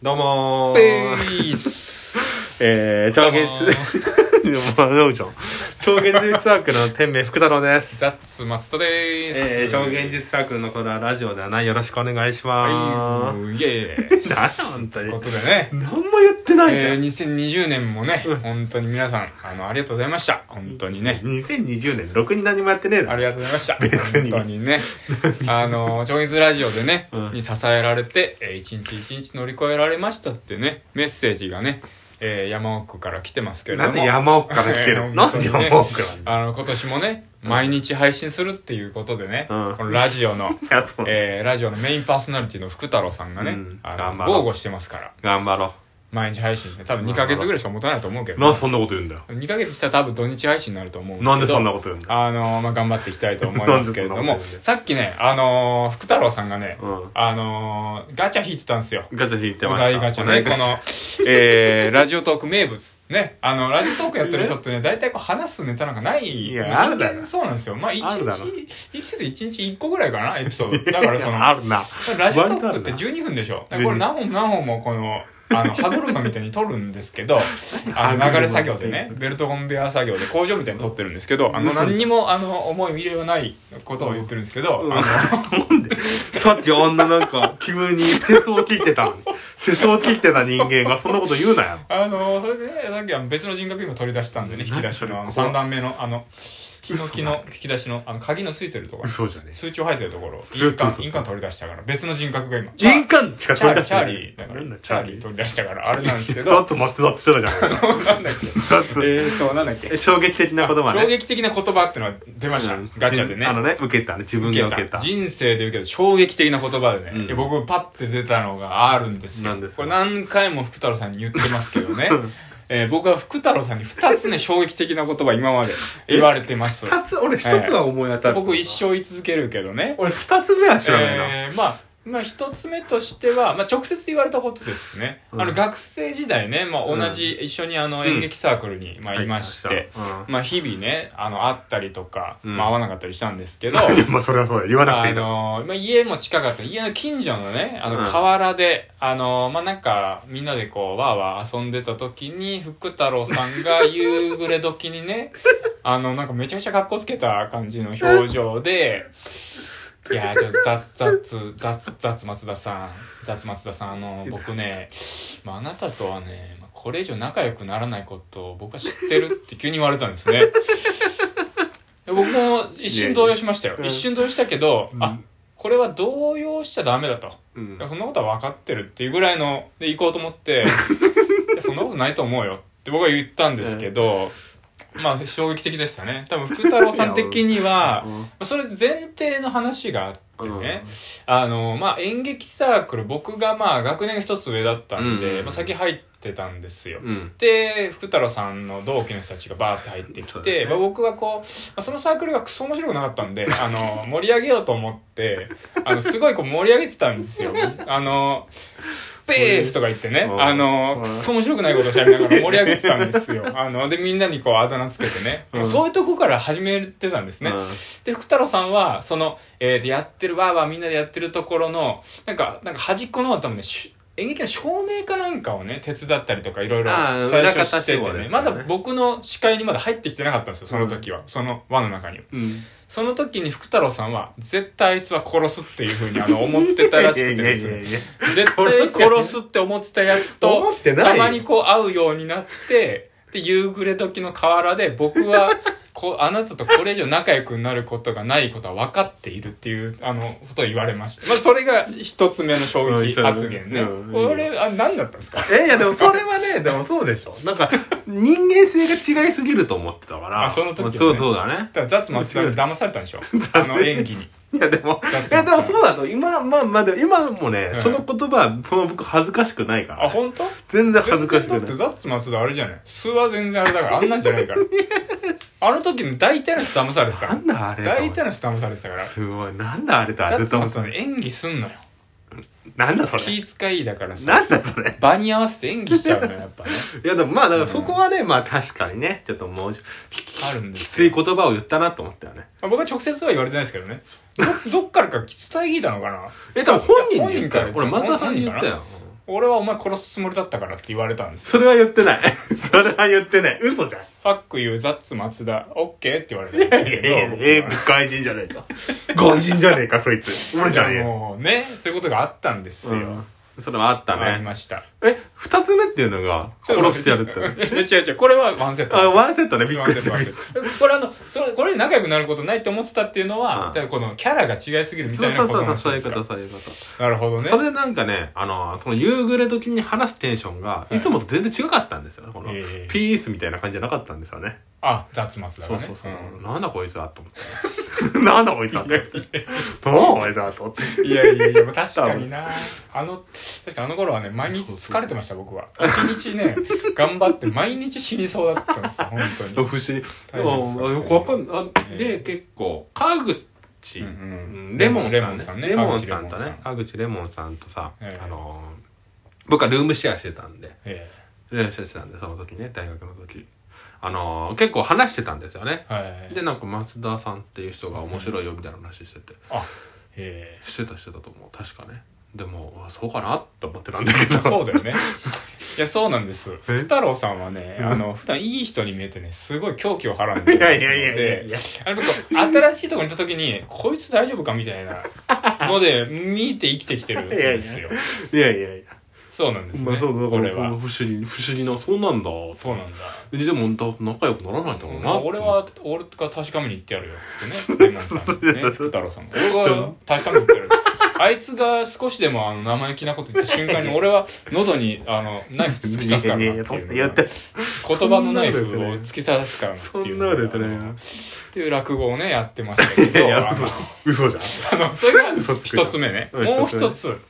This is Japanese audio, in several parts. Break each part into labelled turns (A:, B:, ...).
A: どうもー。
B: ペース
A: えー、超現
B: どうも
A: 実、まあ、どうじゃん。 超現実サークルの店名、福太郎です。
B: ザッツマストで
A: えー、
B: ーす。
A: 超現実サークルのコーナー、ラジオではない。よろしくお願いしま
B: はい、イエーイ。
A: す。なんだ、本当
B: というこ
A: に。
B: とでね、
A: 何も言ってないじゃ
B: えー、
A: ん。
B: 2020年もね
A: うん、
B: 本当に皆さん、あの、ありがとうございました。本当にね。
A: 2020年、ろくに何もやってねえだ
B: あ
A: ろ。
B: りがとうございました。
A: 別
B: 本
A: に
B: 当にね。あの、超越ラジオでね、
A: うん
B: に支えられて、えー一日一日乗り越えられましたってね、メッセージがね、えー山奥から来てますけれど
A: な
B: も。
A: んで山奥から来てるの、
B: えー
A: なんで山奥から
B: あの、今年もね、毎日配信するっていうことでね、
A: うん
B: このラジオの、
A: いやそう
B: えーラジオのメインパーソナリティの福太郎さんがね、
A: うん
B: あ
A: 頑張
B: の
A: ろう
B: 豪語してますから
A: 頑張ろ
B: 毎日配信で多分2ヶ月ぐらいしか持たないと思うけ
A: う。なん
B: ど、
A: でそんなこと言うんだよ。
B: 2ヶ月したら多分土日配信になると思うんですけど
A: なんでそんなこと言うんだよ。
B: あのまあ、頑張っていきたいと思いますけれど
A: なんでそんなこと言う
B: も
A: んだよ
B: さっきね、あのー福太郎さんがね、
A: うん。
B: あのーガチャ引いてたんですよ
A: ガチャ引いて
B: お
A: ました。
B: 題ガチャ
A: お題
B: ねこの、えーラジオトーク名物ねあのラジオトークやってる人ってね大体こう話すネタなんかない
A: いや
B: まあ
A: ある
B: 人
A: だろ
B: 間そうなんですよまあ一
A: あるだろ
B: 日生きてて一日1個ぐらいかなエピソードだからその
A: あるな。
B: ラジオトークって12分でしょだからこれ何本も何本もこのあの歯車みたいに取るんですけ どあの流れ作業でねベルトコンベヤー作業で工場みたいに取ってるんですけどあの何にもあの思い入れのないことを言ってるんですけど、あの
A: なんで さっきあんななんか急に世相を切ってたのに世相を切ってた人間がそんなこと言うなよ
B: あのそれでねさっきは別の人格にも取り出したんでね引き出しのあの3段目のあのヒノキの引き出しのあの鍵のついてるところ
A: 嘘じゃね
B: 通帳入ってるところ
A: ずっ
B: 印
A: と
B: 鑑印鑑取り出したから別の人格が今
A: え印鑑しか
B: チャ
A: 取
B: ー
A: り
B: リー
A: 出して
B: チ
A: な
B: ャ
A: い
B: ーリーだから
A: なんだ
B: チャーリー取り出したからあれなんです
A: ち
B: け
A: ょ
B: ど
A: っと松田って人だじ ゃないか
B: なんだっけ
A: だって
B: えーと、なんだっけ。
A: 衝撃的な言葉ね
B: 衝撃的な言葉ってのは出ました。
A: うん
B: ガチャでね。
A: あのね受けたね自分
B: 受
A: が
B: け
A: 受
B: た
A: けた
B: 人生で受けた衝撃的な言葉でね、
A: うん
B: いや僕パッて出たのがあるんですよ
A: なんですか、
B: これ何回も福太郎さんに言ってますけどね
A: うん
B: えー僕は福太郎さんに2つね衝撃的な言葉今まで言われてます
A: 二つ俺一つは思い当たる
B: 僕一生言い続けるけどね
A: 俺二つ目は知らないな
B: えーまあまあ一つ目としては、まあ、直接言われたことですね、
A: うん
B: あの学生時代ね、まあ、同じ、一緒にあの演劇サークルに、まあ、いまして、
A: うん
B: まあ、日々ねあの会ったりとか、
A: うん
B: まあ、会わなかったりしたんです けど
A: いやまあそれはそうだよ言わなくてい
B: あ
A: いだろ
B: の、まあ、家も近かった家の近所のねあ
A: うん
B: の河原で、あのまあ、なんかみんなでこうわーわー遊んでた時に福太郎さ んが夕暮れ時にねあのなんかめちゃくちゃ格好つけた感じの表 情で。いやーちょっとザッザッツザッツザッツ松田さんザッツ松田さんあの僕ね、まあ、あなたとはねまあこれ以上仲良くならないことを僕は知ってるって急に言われたんですねで僕も一瞬動揺しましたよ
A: いやいや
B: 一瞬動揺したけど、
A: うん
B: あこれは動揺しちゃダメだとい
A: うん
B: やそんなことは分かってるっていうぐらいので行こうと思って いやそんなことないと思うよって僕は言ったんですけど、まあ衝撃的でしたね多分福太郎さん的には
A: うん
B: まあそれ前提の話があってね、あのまあ演劇サークル僕がまあ学年が一つ上だったんで、
A: うん
B: まあ、先入ってたんですよ、
A: うん
B: で福太郎さんの同期の人たちがバーって入ってき
A: そうだ
B: て、
A: ね
B: まあ、僕はこう、まあ、そのサークルがクソ面白くなかった んであの盛り上げようと思ってあのすごいこう盛り上げてた んですよあのペースとか言ってね、
A: うん
B: あ
A: う
B: の
A: ん
B: クソ面白くないことをしゃべりながら盛り上げてたんですよあのでみんなにこうあだ名つけてね、
A: うん
B: そういうとこから始めてたんですね、
A: うん
B: で福太郎さんはその、えーとやってるわーわーみんなでやってるところのなんかなんか端っこの方多分ねし演劇の照明かなんかをね手伝ったりとかいろいろ
A: あー
B: 最
A: 裏方
B: 初して
A: 志望
B: て
A: です
B: ね
A: ね
B: まだ僕の視界にまだ入ってきてなかったんですよその時は、その輪の中に
A: うん
B: その時に福太郎さんは絶対あいつは殺すっていうふうにあの思ってたらしくてです
A: いやい
B: ね
A: やいやいや
B: 絶対殺すって思ってたやつと
A: 思ってないよ
B: たまにこう会うようになってで夕暮れ時の河原で僕 はこうあなたとこれ以上仲良くなることがないことは分かっているっていうあのことを言われました、まあ、それが一つ目の衝撃発言ね、
A: うん
B: これあ何だったんですか
A: えいやでもそれは ねでもそうでしょなんか人間性が違いすぎると思ってたから
B: あその時はね
A: そうそうだね
B: だからザッツ松田に騙されたんでし ょあの演技に
A: いやでも
B: ザッツ松
A: い
B: 田
A: やでもそうだと今まあまあでも今もね、
B: うん
A: その言葉はその僕恥ずかしくないから、
B: あ本当
A: 全然恥ずかし
B: だ
A: く
B: って
A: ない
B: ザッツ松田あれじゃない素は全然あれだからあんなんじゃないから あの時の大体の人騙されてた
A: なんだあれ
B: 大体の人騙されてたから
A: すごいなんだあれだ
B: ザッ
A: ずっ
B: ツ
A: と
B: 松田ね演技すんのよ
A: なんだそれ
B: 気遣いだからさ
A: なんだそれ
B: 場に合わせて演技しちゃうのよやっぱね
A: いやでもまあだからそこはね、まあ確かにねちょっともうき
B: あるんで
A: き
B: す
A: つい
B: よ
A: 言葉を言ったなと思ったよね
B: まあ僕は直接は言われてないですけどねどどっからか伝え聞いたのかな
A: え多分本人に
B: いや
A: 言ったよ
B: 本人から言った
A: 俺松田さんに言ったよ
B: 俺はお前殺すつもりだったからって言われたんですよ
A: それは言ってない。それは言ってない。嘘じゃん。
B: ファックユーザッツ松田オッケーって言われたんですけど
A: え
B: 僕は
A: 外人じゃねえか。外人じゃねえか、そいつ。俺じゃね
B: もうねそういうことがあったんです
A: え。
B: よ、
A: うんそれはあった
B: あり
A: ね。
B: ました
A: え、二つ目っていうのが、殺してやるってやつ。
B: 違う違うこれはワンセットです
A: あ、ワンセットね、びっ
B: ワ
A: く
B: ンセ
A: り
B: ッ
A: した
B: トワン。セットこれあのそれこれで仲良くなることないって思ってたっていうのは、
A: うん
B: だからこのキャラが違いすぎるみたいな
A: そ
B: こ
A: う
B: と
A: そう
B: な
A: そ
B: ん
A: う、そうい
B: で
A: うこ
B: すか
A: と、そういうこと。
B: なるほどね
A: それでなんかね、あの、その夕暮れ時に話すテンションが、
B: い
A: いつもと全然違かったんですよね。この、
B: ええ
A: ピースみたいな感じじゃなかったんですよね。
B: あ雑松だ
A: そ
B: か
A: う
B: ね
A: そうそう。
B: ん
A: なんだこいつはと思って。なんだこいつはと思って。なんだこいつはと思って。
B: いやいやいや、確かにな。あの、確かあの頃はね、毎日疲れてました、僕は。一日ね、 頑張って、毎日死にそうだったんですよ、本当に。
A: 不思議。で
B: 大変です
A: も、
B: よ
A: よくわかんないあ。で、
B: ええ
A: 結構、川口、
B: うんうん
A: レモン
B: レモンさんね。
A: レモンさんと
B: 川口レモン
A: ね、川口レモンさんとさ、
B: ええ
A: あのー、僕はルームシェアしてたんで、
B: え
A: ルームシェアしてたんで、その時ね、大学の時。あのー、結構話してたんですよね。
B: えはい。
A: で、なんか松田さんっていう人が面白いよみたいな話してて、
B: あ、え
A: してたしてたと思う、確かね。でも、あそうかなって思ってたんだけ
B: え
A: ど。
B: そうだよね。いや、そうなんです。
A: え
B: 福太郎さんはね、あの、普段いい人に見えてね、すごい狂気をはらんでる
A: いやい
B: んですよ
A: やいやいやい
B: で、
A: や。
B: あのとこ、新しいとこに行った時に、こいつ大丈夫かみたいなので、見て生きてきてるんですよ。
A: いやいやいや。
B: そうなんです
A: まあ
B: ね、
A: そうだ
B: こ
A: から
B: れは
A: 不。思議、不思議な、そうなんだ。
B: そうなんだ。
A: ででも、だ仲良くならないと思うな。
B: 俺は、俺が確かめに行ってやるよ、つって ね。レモンさんにね、福太郎さんが。俺が確かめに行ってやる。あいつが少しでもあの生意気なこと言った 瞬間に俺は喉にあのナイス突き刺すからなっていう
A: や
B: の
A: っ
B: が
A: て
B: 言葉のナイスを突き刺すからなって
A: そ
B: い
A: ん
B: う
A: な
B: の
A: こ
B: が
A: と言ってね
B: っていう落語をねやってました け
A: いやい
B: ど
A: や
B: あの
A: 嘘じゃん
B: あのそれが
A: 嘘つくじゃん
B: 一つ目ね
A: うん
B: もう
A: 一
B: 一つ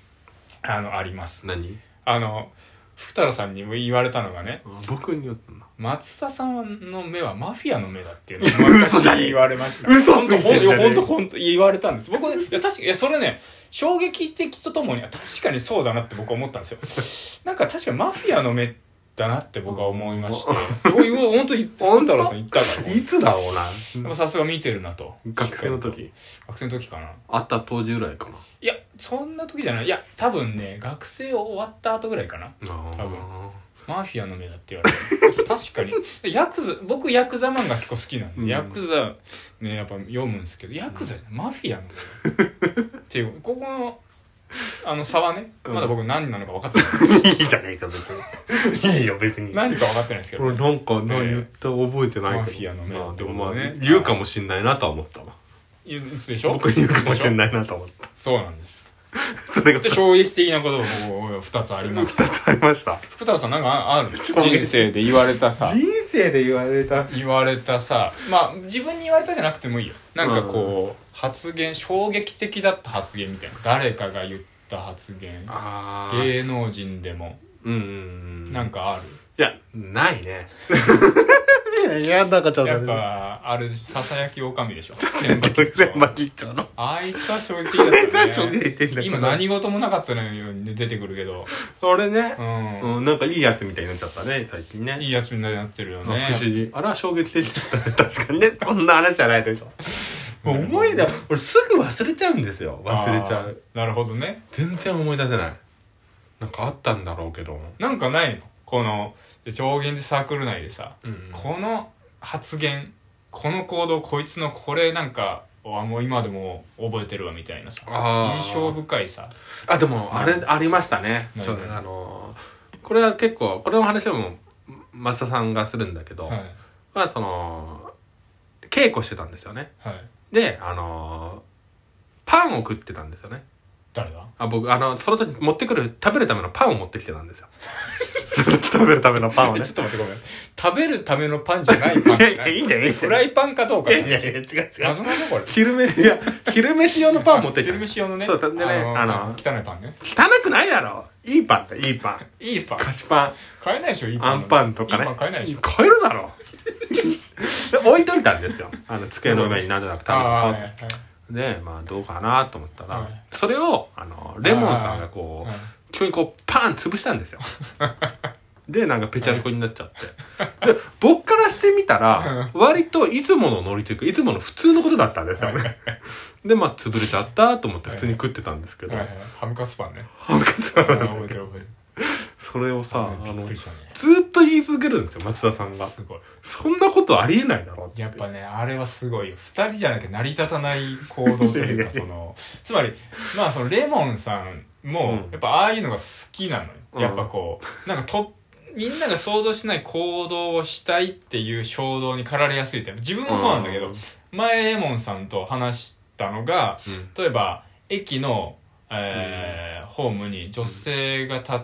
B: あのあります
A: 何
B: あの福太郎さんにも言われたのがね
A: 僕に言ったんだ
B: 松田さんの目はマフィアの目だっていうのを
A: 嘘じゃねえ
B: 言われました
A: 嘘ついてんじゃねえ
B: 本当本当言われたんです僕ねいや確かいやそれね衝撃的とともに確かにそうだなって僕は思ったん ですよなんか確かにマフィアの目だなって僕は思いまして僕本当に本太郎さん言ったから
A: いつだろう
B: も
A: な
B: うさすが見てるなと
A: 学生の時
B: 学生の時かな
A: 会った当時ぐらいかない
B: やそんな時じゃないいや多分ね学生終わった後ぐらいかな多分マフィアの目だって言われる確かにヤクザ僕ヤクザ漫画結構好きなんで、
A: うん
B: ヤクザねやっぱ読むんですけどヤクザじゃないマフィアの目っていうここのあの差はね
A: うん
B: まだ僕何なのか分 かってない、
A: いいじゃねえか別にいいよ別に
B: 何か分かってないですけど、
A: 俺なんかな
B: ええ
A: 言った覚えてない
B: マフ
A: け
B: ィ
A: ど
B: アの目
A: まあでもまあ
B: ってことね
A: 言うかもしんないなとは思ったわ
B: いやでしょ
A: 僕言うかもしん
B: い
A: ないなと思った
B: そうなんです
A: それが
B: で衝撃的なことが2つあり
A: 2
B: ます
A: つありました
B: 福太郎さんなんかある
A: ょっと
B: 人生で言われたさ
A: 人生で言われた
B: 言われたさまあ自分に言われたじゃなくてもいいよなんかこう発言衝撃的だった発言みたいな誰かが言った発言
A: あー
B: 芸能人でも
A: うんうん
B: なんかある、
A: いやないね
C: いや、なんかちょっ
B: やっ
C: と。
B: ぱあれささやきおかみでしょ
A: 全部切っちゃうの
B: あいつは衝撃的だったね今
A: 今
B: 何事もなかったのように出てくるけど
A: 俺ね
B: う、ん、
A: うん、なんかいいやつみたいになっちゃったね、最近ね。
B: いいやつになってるよ
A: あ不思
B: ね
A: 議。あれは衝撃的だったね。 確かにね、そんな話じゃないでしょ。もう思い出、俺すぐ忘れちゃうんですよ。忘れちゃう。
B: あーなるほどね
A: 全然思い出せない。なんかあったんだろうけど。
B: なんかないのこの上限サークル内でさ
A: うん
B: この発言この行動こいつのこれなんかあもう今でも覚えてるわみたいなさ
A: あー
B: 印象深いさ
A: あ、でも、あれ、
B: うん
A: ありましたね。
B: 何
A: ちょあのー、これは結構、これの話はもう、松田さんがするんだけど、
B: はい
A: まあその、稽古してたんですよね。
B: はい
A: で、あのー、パンを食ってたんですよね。
B: 誰が
A: あ僕、あの、その時持ってくる、食べるためのパンを持ってきてたん ですよ。食べるためのパンを
B: え
A: ね
B: ちょ。っと待ってごめん食べるためのパンじゃないパン
A: いやいや、いいんじゃない
B: フライパンかどうかの話
A: いやいや、違う違う。
B: 謎謎これ
A: 昼飯、いや、昼飯用のパンを持ってきた。
B: 昼飯用のね
A: そうそうでね
B: あの
A: あの
B: 汚いパンね
A: 汚くないだろいいパンだ、いいパン。
B: いいパン
A: 菓子パ
B: 買えないでしょいい
A: ン、
B: パン
A: あんパンとかね。
B: いいパン買えないでしょ
A: 買えるだろで置いといたんですよ。あの、机の上になんとなく食べ
B: ああはい
A: て
B: はい
A: で、まあ、どうかなと思ったら、
B: はい
A: それを、あの、レモンさんがこう
B: はい、
A: 急にこうパン潰したんです よでなんかぺちゃんこになっちゃってで僕からしてみたら割といつものノリというかいつもの普通のことだったんですよねでまあ潰れちゃったと思って普通に食ってたんですけど
B: はいはいハムカツパンね
A: ハムカツ
B: あー覚えてる覚えてる
A: それをさ、あ
B: びっ
A: の
B: くりしたね
A: ずーっと言い続けるんですよ松田さんが
B: すごい
A: そんなことありえないだろうって
B: やっぱねあれはすごいよ2人じゃなきゃ成り立たない行動というか そのつまりまあそのレモンさんも
A: うん
B: やっぱああいうのが好きなのよ、
A: うん
B: やっぱこうなんかとみんなが想像しない行動をしたいっていう衝動に駆られやすいって自分もそうなんだけど、
A: うん
B: 前レモンさんと話したのが例えば駅の、えーホームに女性が立っ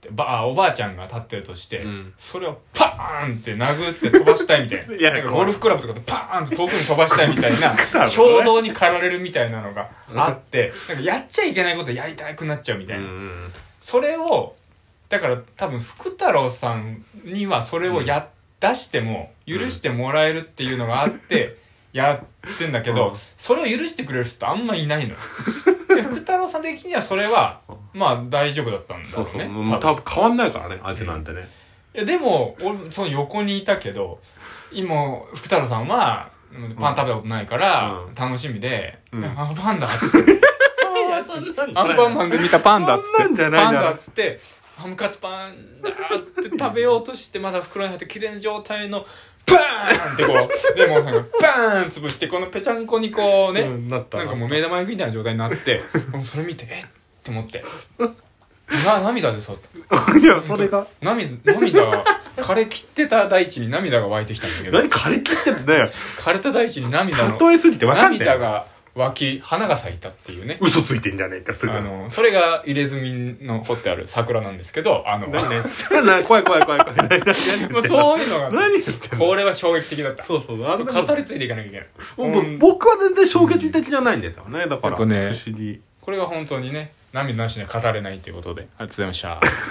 B: てばあおばあちゃんが立ってるとして、
A: うん
B: それをパーンって殴って飛ばしたいみたい な
A: いや
B: なんかゴルフクラブとかでパーンって遠くに飛ばしたいみた いな
A: ブね
B: 衝動に駆られるみたいなのが あってなんかやっちゃいけないことやりたくなっちゃうみたいな、
A: うん
B: それをだから多分福太郎さんにはそれをや、出しても許してもらえるっていうのがあ ってやってんだけど、
A: うん
B: それを許してくれる人ってあんまいないのよ で福太郎さん的にはそれはまあ大丈夫だったんだ
A: そ
B: ろう
A: う
B: ね
A: そう、もう多分変わんないからね味なんてね、
B: いやでも俺その横にいたけど今福太郎さんはうんパン食べたことないから、
A: うん
B: 楽しみで「
A: うん
B: あパンだ」っつって
A: いや そんなん
B: 「
A: じゃ
B: ア
A: ない
B: ンパンマンで見たパンだ」っつっ
A: そんなんじ
B: て
A: ゃ
B: 「
A: ない
B: パ
A: だ
B: ン
A: ろ
B: だ」っつってハムカツパンだって食べようとしてまだ袋に入って綺麗な状態のバーンってこ うレモンさんがバーン潰してこのぺちゃんこにこうね、
A: うんなった
B: なんかもう目玉焼きみたいな状態になって もうそれ見てえっって思ってな涙でそうって。
A: いやそれが
B: 涙涙が枯れ切ってた大地に涙が湧いてきたんだけど
A: 何枯れ切ってんだよ
B: 枯れた大地に涙の
A: 例えすぎてわかんない
B: 涙が湧き花が咲いたっていうね
A: 嘘ついてんじゃねえかすぐ
B: あのそれが入れ墨の掘ってある桜なんですけどあの、
A: 何ねそれな怖い怖い怖い怖い何何
B: まあ、そういうのが
A: 何言ってんの
B: これは衝撃的だった
A: そうそうあの
B: 語り継いでいかなきゃいけない
A: もう僕は全然衝撃的じゃないんですよねだから
B: あとね
A: 不思議
B: これが本当にね涙なしには語れないということでありがとうございました